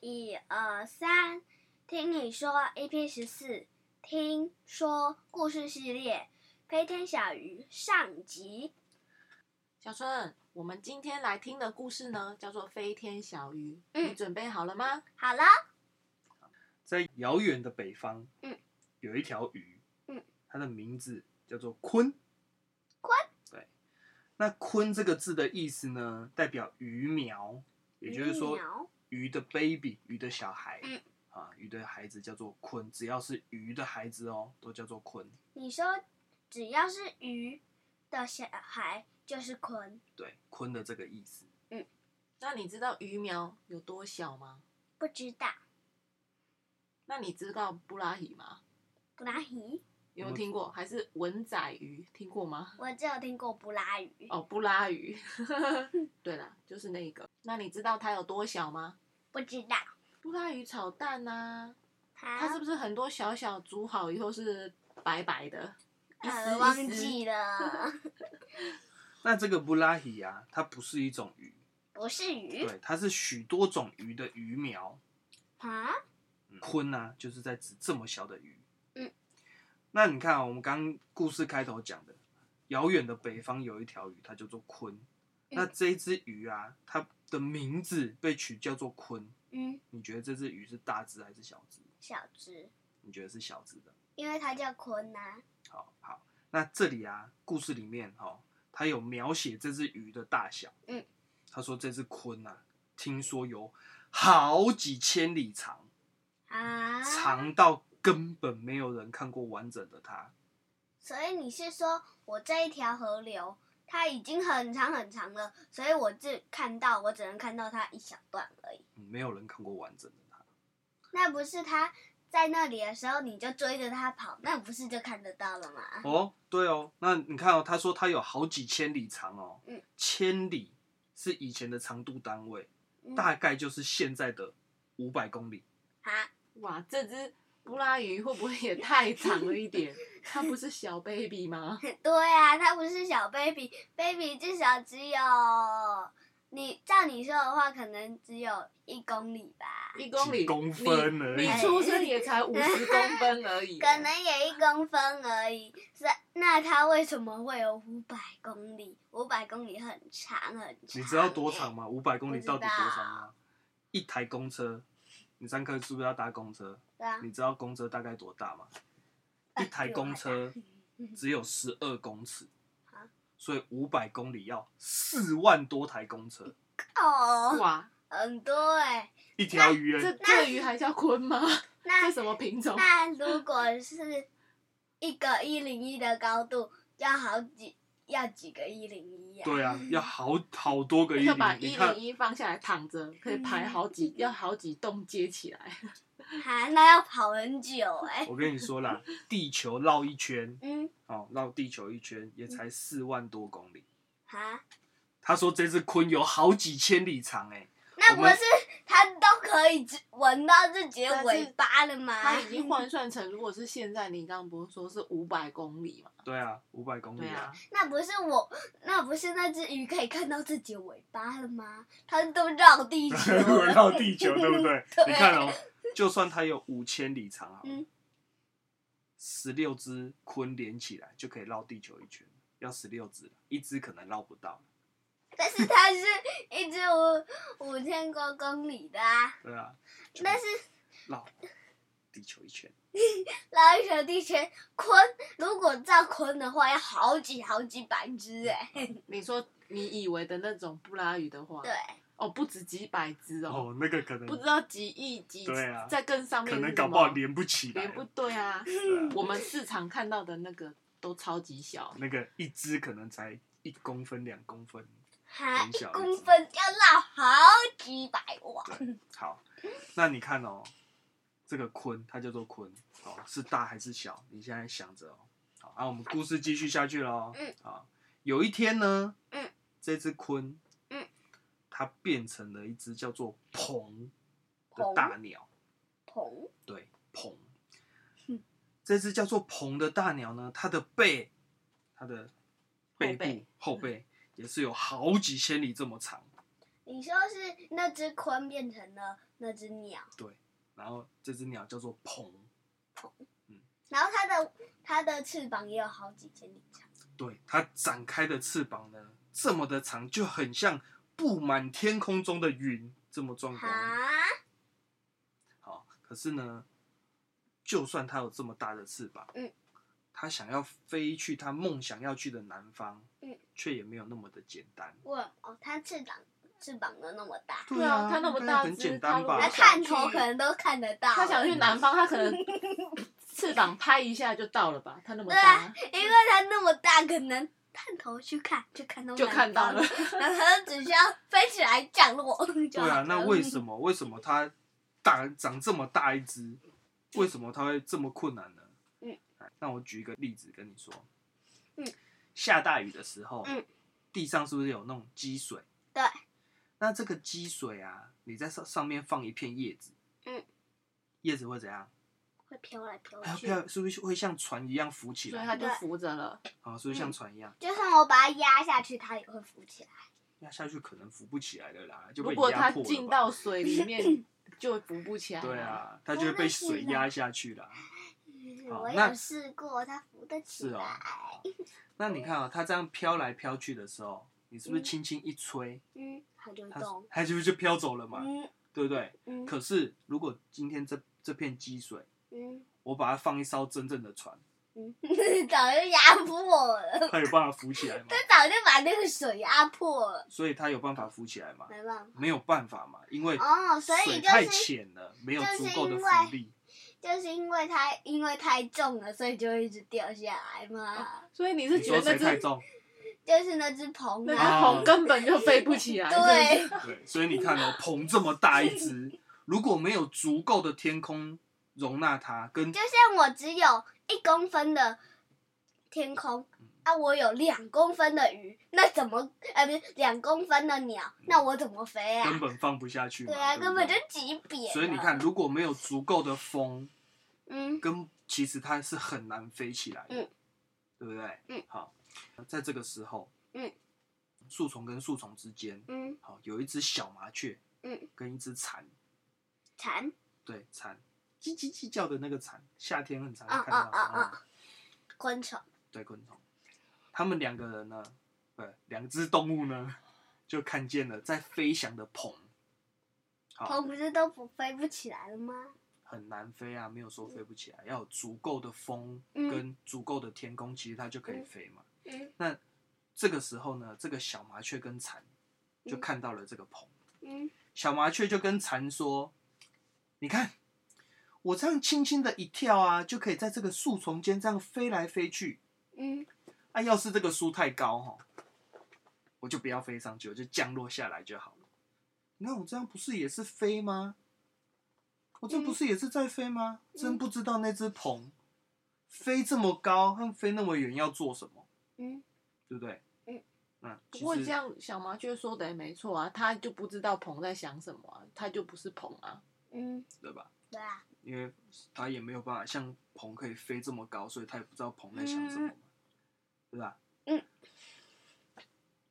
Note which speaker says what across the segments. Speaker 1: 一二三，听你说 EP 十四，听说故事系列《飞天小鱼》上集。
Speaker 2: 小春，我们今天来听的故事呢，叫做《飞天小鱼》。
Speaker 1: 嗯
Speaker 2: 你准备好了吗？
Speaker 1: 好了，
Speaker 3: 在遥远的北方，
Speaker 1: 嗯，
Speaker 3: 有一条鱼，
Speaker 1: 嗯，
Speaker 3: 它的名字叫做鲲。
Speaker 1: 鲲，
Speaker 3: 对。那“鲲”这个字的意思呢，代表鱼苗，也就是说
Speaker 1: 鱼苗
Speaker 3: 鱼的 baby，鱼的小孩，
Speaker 1: 嗯
Speaker 3: 啊，鱼的孩子叫做鲲，只要是鱼的孩子哦，都叫做鲲。
Speaker 1: 你说只要是鱼的小孩就是鲲，
Speaker 3: 对，鲲的这个意思。
Speaker 2: 那你知道鱼苗有多小吗？
Speaker 1: 不知道
Speaker 2: 那你知道布拉鱼吗？
Speaker 1: 布拉鱼，
Speaker 2: 有没有听过？还是文仔鱼？听过吗？
Speaker 1: 我只有听过布拉鱼，
Speaker 2: 哦，布拉鱼。 对啦，就是那个。那你知道它有多小吗？
Speaker 1: 不知道
Speaker 2: 布拉鱼炒蛋呐、
Speaker 1: 它
Speaker 2: 它是不是很多小小煮好以后是白白的？一丝
Speaker 1: 呃
Speaker 2: 一
Speaker 1: 忘
Speaker 2: 丝
Speaker 1: 记 了，
Speaker 3: 那这个布拉希啊，它不是一种鱼，
Speaker 1: 不是鱼
Speaker 3: 对，它是许多种鱼的鱼苗。
Speaker 1: 啊，
Speaker 3: 鲲呢、就是在指这么小的鱼。
Speaker 1: 嗯，
Speaker 3: 那你看啊、我们刚故事开头讲的，遥远的北方有一条鱼，它叫做
Speaker 1: 嗯
Speaker 3: 鲲。那这一只鱼啊，它的名字被取叫做鲲。
Speaker 1: 嗯，
Speaker 3: 你觉得这只鱼是大只还是小只？
Speaker 1: 小只，
Speaker 3: 你觉得是小只的？
Speaker 1: 因为它叫鲲呐、
Speaker 3: 好好，那这里啊，故事里面哈、哦，它有描写这只鱼的大小。
Speaker 1: 嗯，
Speaker 3: 他说这只鲲啊，听说有好几千里长。
Speaker 1: 啊，
Speaker 3: 长到根本没有人看过完整的它。
Speaker 1: 所以你是说我这一条河流它已经很长很长了，所以我只看到我只能看到它一小段而已。
Speaker 3: 嗯没有人看过完整的它。
Speaker 1: 那不是它在那里的时候你就追着它跑，那不是就看得到了吗？
Speaker 3: 哦，对哦，那你看哦，他说它有好几千里长哦，
Speaker 1: 嗯
Speaker 3: 千里是以前的长度单位，
Speaker 1: 嗯
Speaker 3: 大概就是现在的五百公里。
Speaker 1: 啊，
Speaker 2: 哇，这只布拉鱼会不会也太长了一点？它不是小 baby 吗？
Speaker 1: 对啊，它不是小 baby，baby 至少只有你照你说的话，可能只有一公里吧，
Speaker 2: 一公里
Speaker 3: 几公分而已
Speaker 2: 你你出生也才五十公分而已。
Speaker 1: 可能也一公分而已。是那它为什么会有五百公里？五百公里很长很长，
Speaker 3: 你知道多长？吗？五百公里到底
Speaker 1: 不知
Speaker 3: 多
Speaker 1: 道
Speaker 3: 长吗？一台公车，你上课是不是要搭公车？
Speaker 1: 对啊，
Speaker 3: 你知道公车大概多大吗？一台公车只有十二公尺
Speaker 1: 啊，
Speaker 3: 所以五百公里要四万多台公车，
Speaker 1: 哦，
Speaker 2: 哇，
Speaker 1: 很多哎、
Speaker 3: 一条鱼
Speaker 2: 这
Speaker 3: 欸
Speaker 2: 这鱼还叫鲲吗？
Speaker 1: 那
Speaker 2: 这什么品种？
Speaker 1: 那如果是一个一零一的高度，要好几要几个一零一呀？
Speaker 3: 对啊，要好好多个一
Speaker 2: 要把
Speaker 3: 零，
Speaker 2: 一
Speaker 3: 你
Speaker 2: 零
Speaker 3: 看
Speaker 2: 一放下来躺着，可以
Speaker 1: 嗯
Speaker 2: 排好几，要好几栋接起来。
Speaker 1: 啊哈，那要跑很久哎、
Speaker 3: 我跟你说啦，地球绕一圈
Speaker 1: 嗯，
Speaker 3: 哦，绕地球一圈也才四万多公里。
Speaker 1: 哈，
Speaker 3: 他说这只鲲有好几千里长哎、
Speaker 1: 那
Speaker 3: 我
Speaker 1: 不
Speaker 3: 们
Speaker 1: 是它都可以只闻到自己的尾巴了吗？
Speaker 2: 它已经换算成，如果是现在，你刚刚不是说是五百公里嘛？
Speaker 3: 对啊，五百公里
Speaker 2: 对啊，，
Speaker 1: 那不是我，那不是那只鱼可以看到自己的尾巴了吗？它都绕 地球了，
Speaker 2: 啊
Speaker 3: 绕 地球对 不对？
Speaker 1: 对
Speaker 3: 你看哦，就算它有五千里长好
Speaker 1: 嗯
Speaker 3: 了，十六只鲲连起来就可以绕地球一圈，要十六只，一只可能绕不到，
Speaker 1: 但是它是一只五五千多公里的啊，
Speaker 3: 对啊，就
Speaker 1: 但是。
Speaker 3: 绕地球 一圈，
Speaker 1: 绕一圈地圈，鲲如果照鲲的话，要好几好几百只哎、
Speaker 3: 嗯
Speaker 2: 你说你以为的那种布拉鱼的话，
Speaker 1: 对，
Speaker 2: 哦，不止几百只哦，
Speaker 3: 哦，那个可能
Speaker 2: 不知道几亿几，
Speaker 3: 对啊
Speaker 2: 在更上面是
Speaker 3: 可能
Speaker 2: 什
Speaker 3: 搞
Speaker 2: 么
Speaker 3: 不好连不起来
Speaker 2: 连，不对啊。
Speaker 3: 对啊
Speaker 2: 我们市场看到的那个都超级小，
Speaker 3: 那个一只可能才一公分两公分，
Speaker 1: 哈，
Speaker 3: 很
Speaker 1: 一
Speaker 3: 小一只
Speaker 1: 公分要绕好几百哇！
Speaker 3: 对，好，那你看哦，这个鲲它叫做鲲，哦，是大还是小？你现在想着哦，好，啊，我们故事继续下去喽。
Speaker 1: 嗯，
Speaker 3: 好，有一天呢，
Speaker 1: 嗯，
Speaker 3: 这只鲲，
Speaker 1: 嗯，
Speaker 3: 它变成了一只叫做鹏的大鸟，
Speaker 1: 鹏
Speaker 3: 对，鹏
Speaker 1: 嗯。
Speaker 3: 这只叫做鹏的大鸟呢，它的背，它的背
Speaker 2: 后背
Speaker 3: 部后背也是有好几千里这么长。
Speaker 1: 你说是那只鲲变成了那只鸟，
Speaker 3: 然后这只鸟叫做鹏，
Speaker 1: 然后它的它的翅膀也有好几千里长，
Speaker 3: 对，它展开的翅膀呢这么的长，就很像布满天空中的云这么壮观。
Speaker 1: 哈，
Speaker 3: 好，可是呢，就算它有这么大的翅膀，
Speaker 1: 嗯，
Speaker 3: 它想要飞去它梦想要去的南方，
Speaker 1: 嗯，
Speaker 3: 却也没有那么的简单。
Speaker 1: 哇哦，它翅膀翅膀都那么大，
Speaker 2: 对啊它那么
Speaker 3: 应该
Speaker 2: 大
Speaker 3: 很
Speaker 2: 只
Speaker 3: 简
Speaker 2: 它
Speaker 3: 单
Speaker 2: 如
Speaker 3: 吧
Speaker 2: 果
Speaker 1: 它？
Speaker 2: 想
Speaker 1: 探头
Speaker 2: 去
Speaker 1: 可能都看得到。
Speaker 2: 他想去南方，他 可能翅膀拍一下就到了吧？他那么
Speaker 1: 对啊
Speaker 2: 大，
Speaker 1: 因为它那么大，可能探头去看就看到
Speaker 2: 就看到了
Speaker 1: 南。方，然后它就只需要飞起来降落。对
Speaker 3: 对啊，那为什么为什么它大长这么大一只，为什么它会这么困难呢？
Speaker 1: 嗯
Speaker 3: 来，那我举一个例子跟你说。
Speaker 1: 嗯，
Speaker 3: 下大雨的时候，
Speaker 1: 嗯，
Speaker 3: 地上是不是有那种积水？
Speaker 1: 对。
Speaker 3: 那这个积水啊，你在上上面放一片叶子，
Speaker 1: 嗯，
Speaker 3: 叶子会怎样？
Speaker 1: 会飘来飘
Speaker 3: 哎，
Speaker 1: 去？
Speaker 3: 飘，是不是会像船一样浮起
Speaker 2: 所以
Speaker 3: 来？
Speaker 2: 他就扶着了。
Speaker 3: 啊，是不是像船一样？
Speaker 1: 就算我把它压下去，它也会浮起来。
Speaker 3: 压下去可能浮不起来的啦，就被
Speaker 2: 如果
Speaker 3: 压
Speaker 2: 他
Speaker 3: 迫了
Speaker 2: 进
Speaker 3: 吧
Speaker 2: 到水里 面，就扶不起来。
Speaker 3: 对，啊，它就会被水压下去啦。好
Speaker 1: 我
Speaker 3: 哦那
Speaker 1: 有试过，它浮得起
Speaker 3: 是
Speaker 1: 来。
Speaker 3: 哦那你看啊、它这样飘来飘去的时候，你是不是
Speaker 1: 嗯
Speaker 3: 轻轻一吹，
Speaker 1: 嗯，它就会
Speaker 3: 它
Speaker 1: 动。
Speaker 3: 它是不是就飘走了嘛？
Speaker 1: 嗯
Speaker 3: 对不对？
Speaker 1: 嗯
Speaker 3: 可是如果今天这这片积水，
Speaker 1: 嗯，
Speaker 3: 我把它放一艘真正的船，
Speaker 1: 早就压破了，
Speaker 3: 它有办法浮起来吗？
Speaker 1: 它早就把那个水压破了，
Speaker 3: 所以它有办法浮起来吗？
Speaker 1: 没办法。
Speaker 3: 没有办法嘛，因为
Speaker 1: 哦，所以
Speaker 3: 水
Speaker 1: 就
Speaker 3: 太
Speaker 1: 是
Speaker 3: 浅了，没有
Speaker 1: 就是
Speaker 3: 足够的
Speaker 1: 因
Speaker 3: 浮
Speaker 1: 为
Speaker 3: 力。
Speaker 1: 就是因为它因为太重了，所以就一直掉下来
Speaker 3: 哦
Speaker 1: 嘛。
Speaker 2: 所以你
Speaker 3: 你
Speaker 2: 是觉
Speaker 3: 说
Speaker 2: 得
Speaker 3: 谁
Speaker 2: 那
Speaker 3: 太
Speaker 2: 只
Speaker 3: 重？
Speaker 1: 就是那只鹏
Speaker 2: 那
Speaker 1: 啊，
Speaker 2: 只
Speaker 3: 哦
Speaker 2: 鹏根本就飞不起来。是 不
Speaker 1: 对
Speaker 2: 是，
Speaker 3: 对，所以你看哦，鹏这么大一只，如果没有足够的天空容纳它，跟
Speaker 1: 就像我只有一公分的天空
Speaker 3: 嗯
Speaker 1: 啊，我有两公分的鱼，那怎么？哎、不是两公分的鸟，那我怎么飞
Speaker 3: 嗯根
Speaker 1: 啊？
Speaker 3: 本放不下去嘛。
Speaker 1: 对啊，
Speaker 3: 不
Speaker 1: 根本就
Speaker 3: 对
Speaker 1: 挤扁啊了。
Speaker 3: 所以你看，如果没有足够的风，
Speaker 1: 嗯，
Speaker 3: 跟其实它是很难飞起来的，
Speaker 1: 嗯
Speaker 3: 对不对？
Speaker 1: 嗯，
Speaker 3: 好，在这个时候，
Speaker 1: 嗯，
Speaker 3: 树丛跟树丛之间，
Speaker 1: 嗯
Speaker 3: 好有一只小麻雀，
Speaker 1: 嗯，
Speaker 3: 跟一只蝉，
Speaker 1: 蝉，
Speaker 3: 对，蝉，叽叽叽叫的那个蝉，夏天很常
Speaker 1: 嗯
Speaker 3: 看到，
Speaker 1: 嗯嗯
Speaker 3: 啊
Speaker 1: 昆虫，
Speaker 3: 对，昆虫，他们两个人呢，对，两只动物呢，就看见了在飞翔的鹏，好，
Speaker 1: 鹏不是都不飞不起来了吗？
Speaker 3: 很难飞啊，没有说飞不起来，要有足够的风
Speaker 1: 嗯
Speaker 3: 跟足够的天空，其实它就可以飞嘛。
Speaker 1: 嗯
Speaker 3: 那这个时候呢，这个小麻雀跟蝉就
Speaker 1: 嗯
Speaker 3: 看到了这个鹏，
Speaker 1: 嗯
Speaker 3: 小麻雀就跟蝉说：“你看，我这样轻轻的一跳啊，就可以在这个树丛间这样飞来飞去。
Speaker 1: 嗯，
Speaker 3: 啊，要是这个树太高哈，我就不要飞上去，我就降落下来就好了。你看我这样不是也是飞吗？我这不是也是在飞吗？
Speaker 1: 嗯
Speaker 3: 真不知道那只鹏飞这么高和飞那么远要做什么，
Speaker 1: 嗯，
Speaker 3: 对不对？
Speaker 1: 嗯，
Speaker 3: 那其
Speaker 2: 不过
Speaker 3: 实
Speaker 2: 这样小麻雀说的也没错啊，他就不知道鹏在想什么、啊，他就不是鹏啊。
Speaker 1: 嗯，
Speaker 3: 对吧？
Speaker 1: 对啊，
Speaker 3: 因为他也没有办法像鹏可以飞这么高，所以他也不知道鹏在想什么嘛，
Speaker 2: 嗯
Speaker 3: 对吧？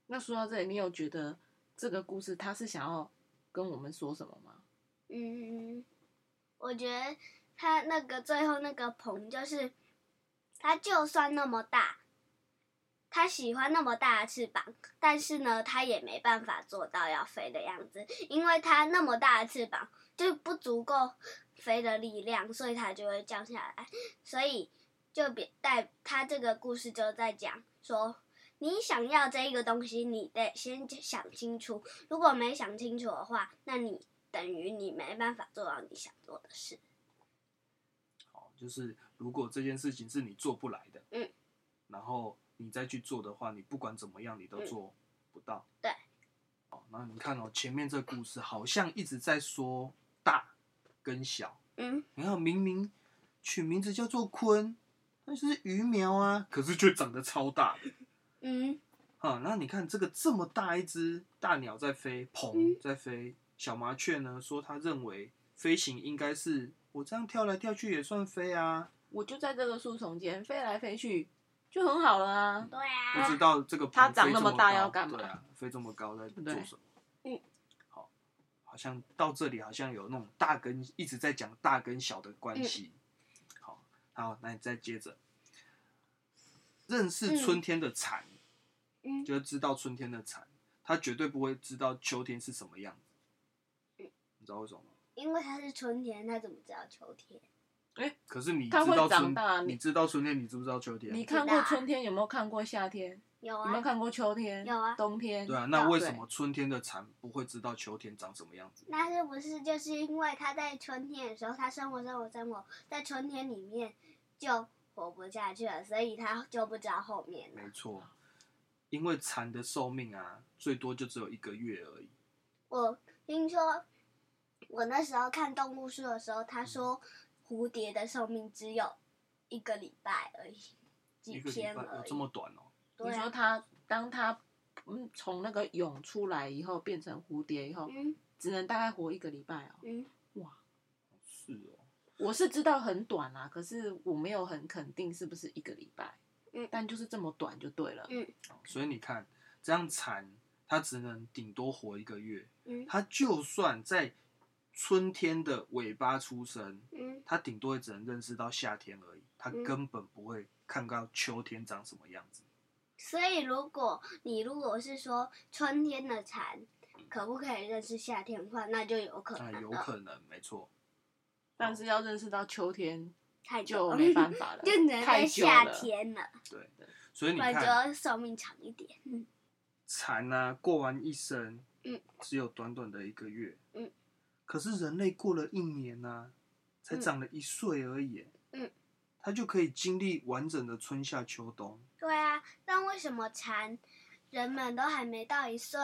Speaker 2: 那说到这里，你有觉得这个故事他是想要跟我们说什么吗？
Speaker 1: 嗯，我觉得它那个最后那个鹏就是，它就算那么大，它喜欢那么大的翅膀，但是呢，它也没办法做到要飞的样子，因为它那么大的翅膀就是不足够飞的力量，所以它就会降下来。所以就别带它这个故事就在讲说。你想要这一个东西，你得先想清楚。如果没想清楚的话，那你等于你没办法做到你想做的事。
Speaker 3: 哦，就是如果这件事情是你做不来的，
Speaker 1: 嗯，
Speaker 3: 然后你再去做的话，你不管怎么样，你都
Speaker 1: 嗯
Speaker 3: 做不到。
Speaker 1: 对。
Speaker 3: 哦，然后你看哦，前面这个故事好像一直在说大跟小，
Speaker 1: 嗯，
Speaker 3: 你看明明取名字叫做鲲，那就是鱼苗啊，可是却长得超大的。
Speaker 1: 嗯
Speaker 3: 啊、然后你看这个这么大一只大鸟在飞，鹏
Speaker 1: 嗯
Speaker 3: 在飞，小麻雀呢说他认为飞行应该是我这样跳来跳去也算飞啊，
Speaker 2: 我就在这个树丛间飞来飞去，就很好了啊，。
Speaker 1: 对
Speaker 3: 不知
Speaker 1: 啊，
Speaker 3: 道这个鹏
Speaker 2: 它长
Speaker 3: 飞
Speaker 2: 那
Speaker 3: 这
Speaker 2: 么
Speaker 3: 么
Speaker 2: 大
Speaker 3: 高
Speaker 2: 要干嘛
Speaker 3: 对啊，飞这么高在做
Speaker 2: 对
Speaker 3: 什么？
Speaker 1: 嗯
Speaker 3: 好像到这里好像有那种大跟一直在讲大跟小的关系。
Speaker 2: 嗯
Speaker 3: 好，好，那你再接着认识春天的蝉，
Speaker 1: 嗯
Speaker 3: 就知道春天的蝉，它绝对不会知道秋天是什么样子。你知道为什么吗？
Speaker 1: 因为它是春天，它怎么知道秋天？
Speaker 3: 可是你知
Speaker 2: 它会
Speaker 3: 道
Speaker 2: 长
Speaker 3: 春
Speaker 2: 大，你
Speaker 3: 你知道春天，你知不知道秋天？
Speaker 2: 你看过春天，有没有看过夏天？
Speaker 1: 有
Speaker 2: 有没有
Speaker 1: 啊，
Speaker 2: 看过秋天？
Speaker 1: 有啊
Speaker 2: 冬天。
Speaker 3: 对啊，那为什
Speaker 2: 对
Speaker 3: 么春天的蝉不会知道秋天长什么样子？
Speaker 1: 那是不是就是因为它在春天的时候，它生活生活生活在春天里面就活不下去了，所以它就不知道后面了
Speaker 3: 没。错，因为蝉的寿命啊，最多就只有一个月而已。
Speaker 1: 我听说，我那时候看动物书的时候，他说蝴蝶的寿命只有一个礼拜而已，几
Speaker 3: 一个礼
Speaker 1: 天
Speaker 3: 拜有
Speaker 1: 而已。
Speaker 3: 这么短哦、
Speaker 1: 对
Speaker 2: 你
Speaker 1: 啊
Speaker 2: 说它，当它嗯从那个蛹出来以后，变成蝴蝶以后，
Speaker 1: 嗯
Speaker 2: 只能大概活一个礼拜哦。
Speaker 1: 嗯，
Speaker 3: 是哦、
Speaker 2: 我是知道很短啦，可是我没有很肯定是不是一个礼拜，
Speaker 1: 嗯
Speaker 2: 但就是这么短就对了。
Speaker 1: 嗯
Speaker 3: 哦所以你看，这样蝉它只能顶多活一个月。
Speaker 1: 嗯
Speaker 3: 它就算在春天的尾巴出生，
Speaker 1: 嗯
Speaker 3: 它顶多也只能认识到夏天而已，它
Speaker 1: 嗯
Speaker 3: 根本不会看到秋天长什么样子。
Speaker 1: 所以如果你如果是说春天的蝉，可不可以认识夏天的话，那就有
Speaker 2: 啊
Speaker 1: 可
Speaker 3: 那
Speaker 1: 能
Speaker 3: 有
Speaker 1: 了，
Speaker 3: 可能，没错。
Speaker 2: 但是要认识到秋天
Speaker 1: 太久
Speaker 2: 就
Speaker 1: 了
Speaker 2: 没办法 了，
Speaker 1: 就只能
Speaker 2: 太
Speaker 1: 在
Speaker 2: 久
Speaker 1: 夏
Speaker 2: 了。
Speaker 1: 天了，
Speaker 3: 所以
Speaker 1: 不
Speaker 3: 你
Speaker 1: 然就
Speaker 3: 看，
Speaker 1: 要寿命长一点。嗯
Speaker 3: 蝉啊，过完一生，
Speaker 1: 嗯，
Speaker 3: 只有短短的一个月，
Speaker 1: 嗯，
Speaker 3: 可是人类过了一年呢、才
Speaker 1: 嗯
Speaker 3: 长了一岁而已，
Speaker 1: 嗯，
Speaker 3: 它就可以经历完整的春夏秋冬。
Speaker 1: 对啊，但为什么蝉人们都还没到一岁，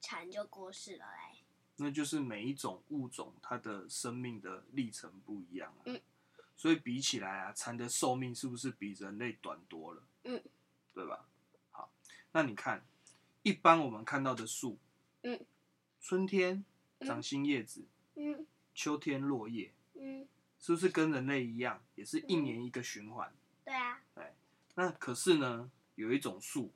Speaker 1: 蝉就过世了嘞？
Speaker 3: 那就是每一种物种它的生命的历程不一样、啊，
Speaker 1: 嗯
Speaker 3: 所以比起来啊，蝉的寿命是不是比人类短多了？
Speaker 1: 嗯，
Speaker 3: 对吧？好，那你看，一般我们看到的树，
Speaker 1: 嗯，
Speaker 3: 春天长新叶子，
Speaker 1: 嗯
Speaker 3: 秋天落叶，
Speaker 1: 嗯，
Speaker 3: 是不是跟人类一样，也是一年一个循环？
Speaker 1: 对啊，
Speaker 3: 那可是呢，有一种树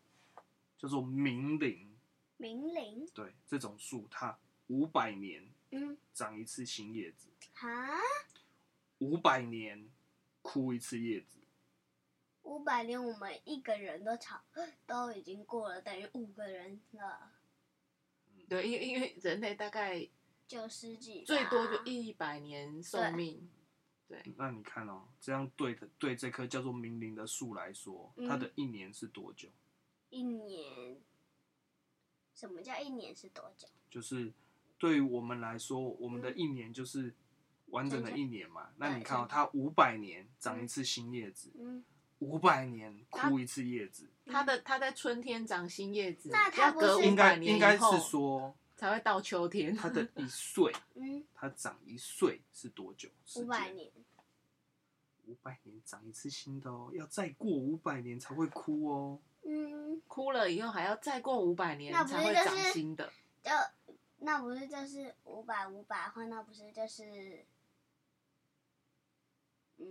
Speaker 3: 叫做冥灵，
Speaker 1: 明灵，
Speaker 3: 对，这种树它五百年
Speaker 1: 嗯，
Speaker 3: 长一次新叶子。
Speaker 1: 哈，
Speaker 3: 五百年枯一次叶子，
Speaker 1: 五百年我们一个人都吵，都已经过了，等于五个人了，
Speaker 2: 对，因为因为人类大概
Speaker 1: 九十几，
Speaker 2: 最多就，一百年寿命，对，
Speaker 3: 那你看哦，这样对的对这棵叫做明灵的树来说，
Speaker 1: 嗯
Speaker 3: 它的一年是多久？
Speaker 1: 一年。什么叫一年是多久？
Speaker 3: 就是对于我们来说，我们的一年就是完整的一年嘛。那你看哦，它五百年长一次新叶子，
Speaker 1: 嗯，
Speaker 3: 五百年枯一次叶子，
Speaker 2: 它的它在春天长新叶子，
Speaker 1: 那它
Speaker 2: 要
Speaker 1: 不
Speaker 2: 隔
Speaker 1: 是
Speaker 2: 五
Speaker 3: 呃应
Speaker 2: 百
Speaker 3: 该
Speaker 2: 年
Speaker 3: 应
Speaker 2: 以
Speaker 3: 该
Speaker 2: 后
Speaker 3: 是说
Speaker 2: 才会到秋天。
Speaker 3: 它的一岁，
Speaker 1: 嗯，
Speaker 3: 它长一岁是多久？
Speaker 1: 五百，年，
Speaker 3: 五百年长一次新的哦，要再过五百年才会枯哦。
Speaker 1: 嗯，
Speaker 2: 枯了以后还要再过五百年
Speaker 1: 那不是
Speaker 2: 才
Speaker 1: 就
Speaker 2: 会长
Speaker 1: 是
Speaker 2: 新的，
Speaker 1: 就那不是就是五百五百的话，那不是就是，嗯，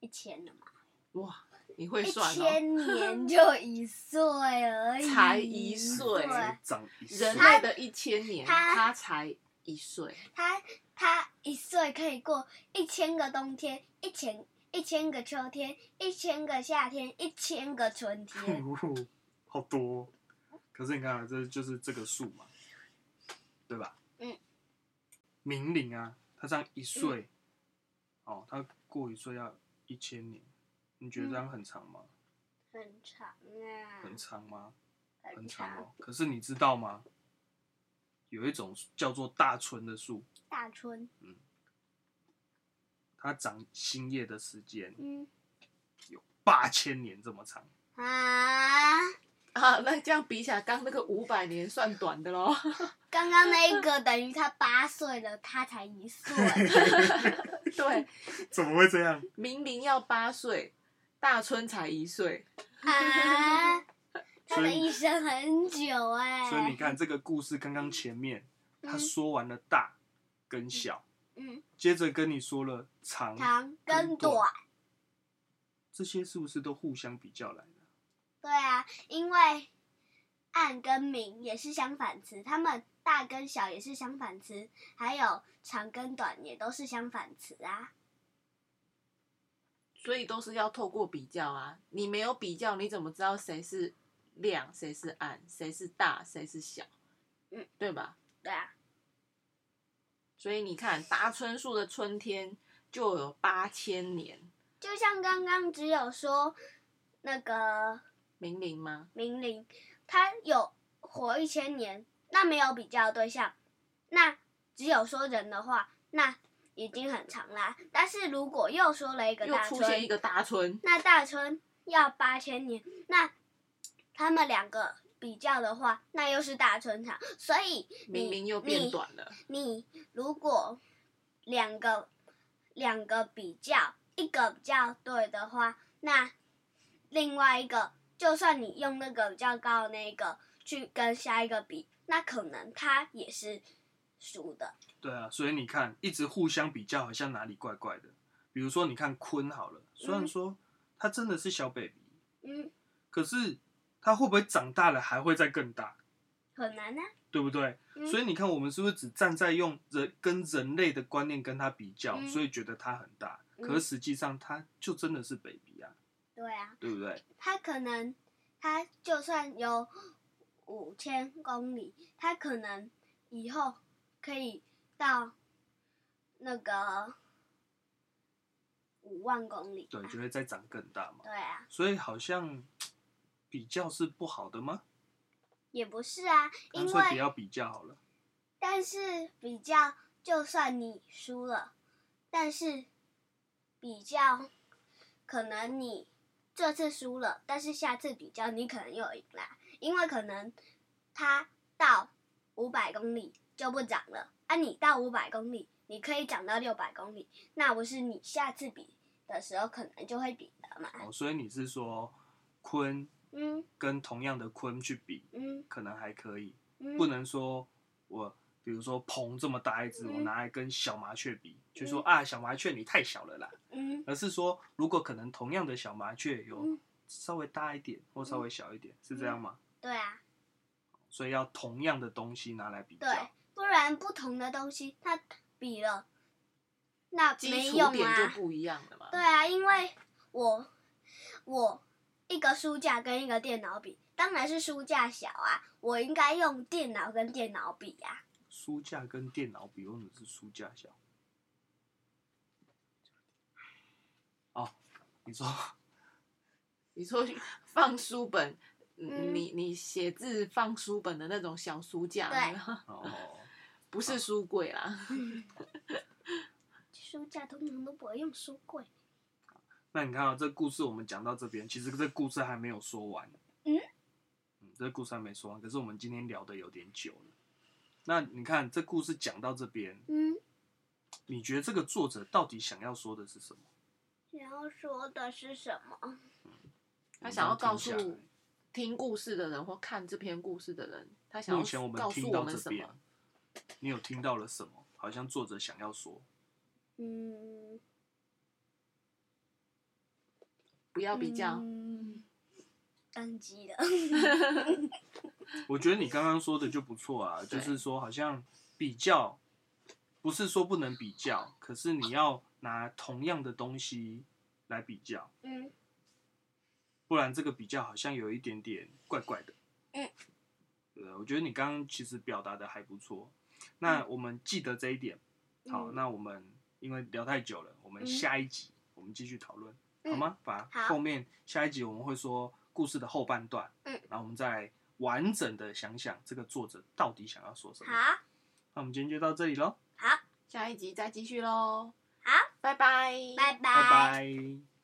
Speaker 1: 一千了嘛？
Speaker 2: 哇！你会
Speaker 1: 一
Speaker 2: 算哦、
Speaker 1: 千年就一岁而已，
Speaker 2: 才一岁
Speaker 1: 对
Speaker 3: 长一岁
Speaker 2: 人， 类的一千年，
Speaker 1: 他
Speaker 2: 他才一岁，
Speaker 1: 他他一岁可以过一千个冬天，一千一千个秋天，一千个夏天，一千个春天。
Speaker 3: 哦好多哦。可是你看啊，这就是这个数嘛，对吧？
Speaker 1: 嗯。
Speaker 3: 明灵啊，他这样一岁，
Speaker 1: 嗯
Speaker 3: 哦，他过一岁要一千年，你觉得这
Speaker 1: 嗯
Speaker 3: 样很长吗？
Speaker 1: 很长啊，
Speaker 3: 很长吗？很
Speaker 1: 很
Speaker 3: 长哦。可是你知道吗？有一种叫做大椿的树，
Speaker 1: 大春，
Speaker 3: 它长新叶的时间
Speaker 1: 嗯
Speaker 3: 有八千年这 么长。
Speaker 1: 啊，
Speaker 2: 啊，那这样比起来，刚那个五百年算短的喽。
Speaker 1: 刚刚那一个等于他八岁了，他才一 岁。
Speaker 2: 对，
Speaker 3: 怎么会这样？
Speaker 2: 明明要八岁，大春才一岁，
Speaker 1: 啊，他
Speaker 3: 所
Speaker 1: 的
Speaker 3: 以
Speaker 1: 一生很久哎、
Speaker 3: 所以你看这个故事刚刚前面，他说完了大跟小，
Speaker 1: 嗯，
Speaker 3: 接着跟你说了长，
Speaker 1: 长跟
Speaker 3: 跟短
Speaker 1: 短，
Speaker 3: 这些是不是都互相比较来的？
Speaker 1: 对啊，因为暗跟明也是相反词，他们大跟小也是相反词，还有长跟短也都是相反词啊。
Speaker 2: 所以都是要透过比较啊。你没有比较，你怎么知道谁是亮，谁是暗，谁是大，谁是小？
Speaker 1: 嗯，
Speaker 2: 对吧？
Speaker 1: 对啊，
Speaker 2: 所以你看，达春树的春天就有八千年，
Speaker 1: 就像刚刚只有说那个
Speaker 2: 明伶吗？
Speaker 1: 明伶，他有活一千年，那没有比较对象，那只有说人的话，那已经很长啦。但是如果又说了一个
Speaker 2: 又
Speaker 1: 大
Speaker 2: 出现一
Speaker 1: 春，
Speaker 2: 个大春，
Speaker 1: 那大春要八千年，那他们两个比较的话，那又是大春长，所以你
Speaker 2: 明伶又变短了。
Speaker 1: 你如果两个两个比较，一个比较对的话，那另外一个就算你用那个比较高的那一个去跟下一个比，那可能它也是输的。
Speaker 3: 对啊，所以你看，一直互相比较，好像哪里怪怪的。比如说，你看坤好了，虽然说他真的是小 baby，
Speaker 1: 嗯，
Speaker 3: 可是他会不会长大了还会再更大，
Speaker 1: 很难啊。
Speaker 3: 对不对？
Speaker 1: 嗯
Speaker 3: 所以你看，我们是不是只站在用人跟人类的观念跟他比较，
Speaker 1: 嗯
Speaker 3: 所以觉得他很大？
Speaker 1: 嗯
Speaker 3: 可是实际上，他就真的是 baby 啊，
Speaker 1: 对啊，
Speaker 3: 对不对？
Speaker 1: 它可能它就算有五千公里，它可能以后可以到那个五万公里吧。
Speaker 3: 对，就会再长更大嘛。
Speaker 1: 对啊，
Speaker 3: 所以好像比较是不好的吗？
Speaker 1: 也不是啊，因
Speaker 3: 干脆不
Speaker 1: 为
Speaker 3: 要比较好了。
Speaker 1: 但是比较，就算你输了，但是比较，可能你这次输了，但是下次比较你可能又赢啦，因为可能他到五百公里就不涨了，啊，你到五百公里，你可以涨到六百公里，那不是你下次比的时候可能就会比的嘛？
Speaker 3: 哦，所以你是说鲲
Speaker 1: 嗯
Speaker 3: 跟同样的鲲去比，
Speaker 1: 嗯
Speaker 3: 可能还可以，
Speaker 1: 嗯，
Speaker 3: 不能说我比如说鹏这么大一只，我
Speaker 1: 嗯
Speaker 3: 拿来跟小麻雀比，就说
Speaker 1: 嗯
Speaker 3: 啊小麻雀你太小了啦，
Speaker 1: 嗯
Speaker 3: 而是说如果可能同样的小麻雀有
Speaker 1: 嗯
Speaker 3: 稍微大一点或稍微小一点，是这样吗？
Speaker 1: 对啊，
Speaker 3: 所以要同样的东西拿来比
Speaker 1: 对
Speaker 3: 较，，
Speaker 1: 不然不同的东西它比了，那
Speaker 2: 基
Speaker 1: 没
Speaker 2: 础
Speaker 1: 用
Speaker 2: 点就
Speaker 1: 啊。
Speaker 2: 不一样了嘛。
Speaker 1: 对啊，因为我我一个书架跟一个电脑比，当然是书架小啊，我应该用电脑跟电脑比啊。
Speaker 3: 书架跟电脑比，或者是书架小。哦，你说
Speaker 2: 你说 放书本，
Speaker 1: 嗯
Speaker 2: 你你写字放书本的那种小书架，
Speaker 1: 对
Speaker 3: 哦。
Speaker 2: 不是书柜啦。
Speaker 1: 书架通常都不会用书柜。
Speaker 3: 那你看啊，这故事我们讲到这边，其实这故事还没有说完。
Speaker 1: 嗯
Speaker 3: 嗯这故事还没说完，可是我们今天聊的有点久了。那你看这故事讲到这边，
Speaker 1: 嗯，
Speaker 3: 你觉得这个作者到底想要说的是什么？
Speaker 1: 然后说的是什么？
Speaker 2: 他想要告诉
Speaker 3: 我们这样听下
Speaker 2: 听故事的人或看这篇故事的人，他
Speaker 3: 来
Speaker 2: 想
Speaker 3: 目前我
Speaker 2: 要告
Speaker 3: 们
Speaker 2: 诉
Speaker 3: 听
Speaker 2: 我
Speaker 3: 到
Speaker 2: 们
Speaker 3: 这
Speaker 2: 什么
Speaker 3: 边？，你有听到了什么？好像作者想要说，
Speaker 1: 嗯，
Speaker 2: 不要比较，
Speaker 1: 嗯，当机的。
Speaker 3: 我觉得你刚刚说的就不错啊，
Speaker 2: 对
Speaker 3: 就是说好像比较，不是说不能比较，可是你要拿同样的东西来比较。
Speaker 1: 嗯
Speaker 3: 不然这个比较好像有一点点怪怪的。
Speaker 1: 嗯，
Speaker 3: 对，啊我觉得你刚刚其实表达的还不错。那我们记得这一点。好，
Speaker 1: 嗯
Speaker 3: 那我们因为聊太久了，我们
Speaker 1: 嗯
Speaker 3: 下一集我们继续讨论，
Speaker 1: 嗯
Speaker 3: 好吗？把
Speaker 1: 好
Speaker 3: 后面下一集我们会说故事的后半段，
Speaker 1: 嗯，
Speaker 3: 然后我们再完整的想想这个作者到底想要说什么。
Speaker 1: 好，
Speaker 3: 那我们今天就到这里喽，
Speaker 1: 好，
Speaker 2: 下一集再继续喽。
Speaker 1: 好，
Speaker 2: 拜拜，
Speaker 1: 拜
Speaker 3: 拜拜。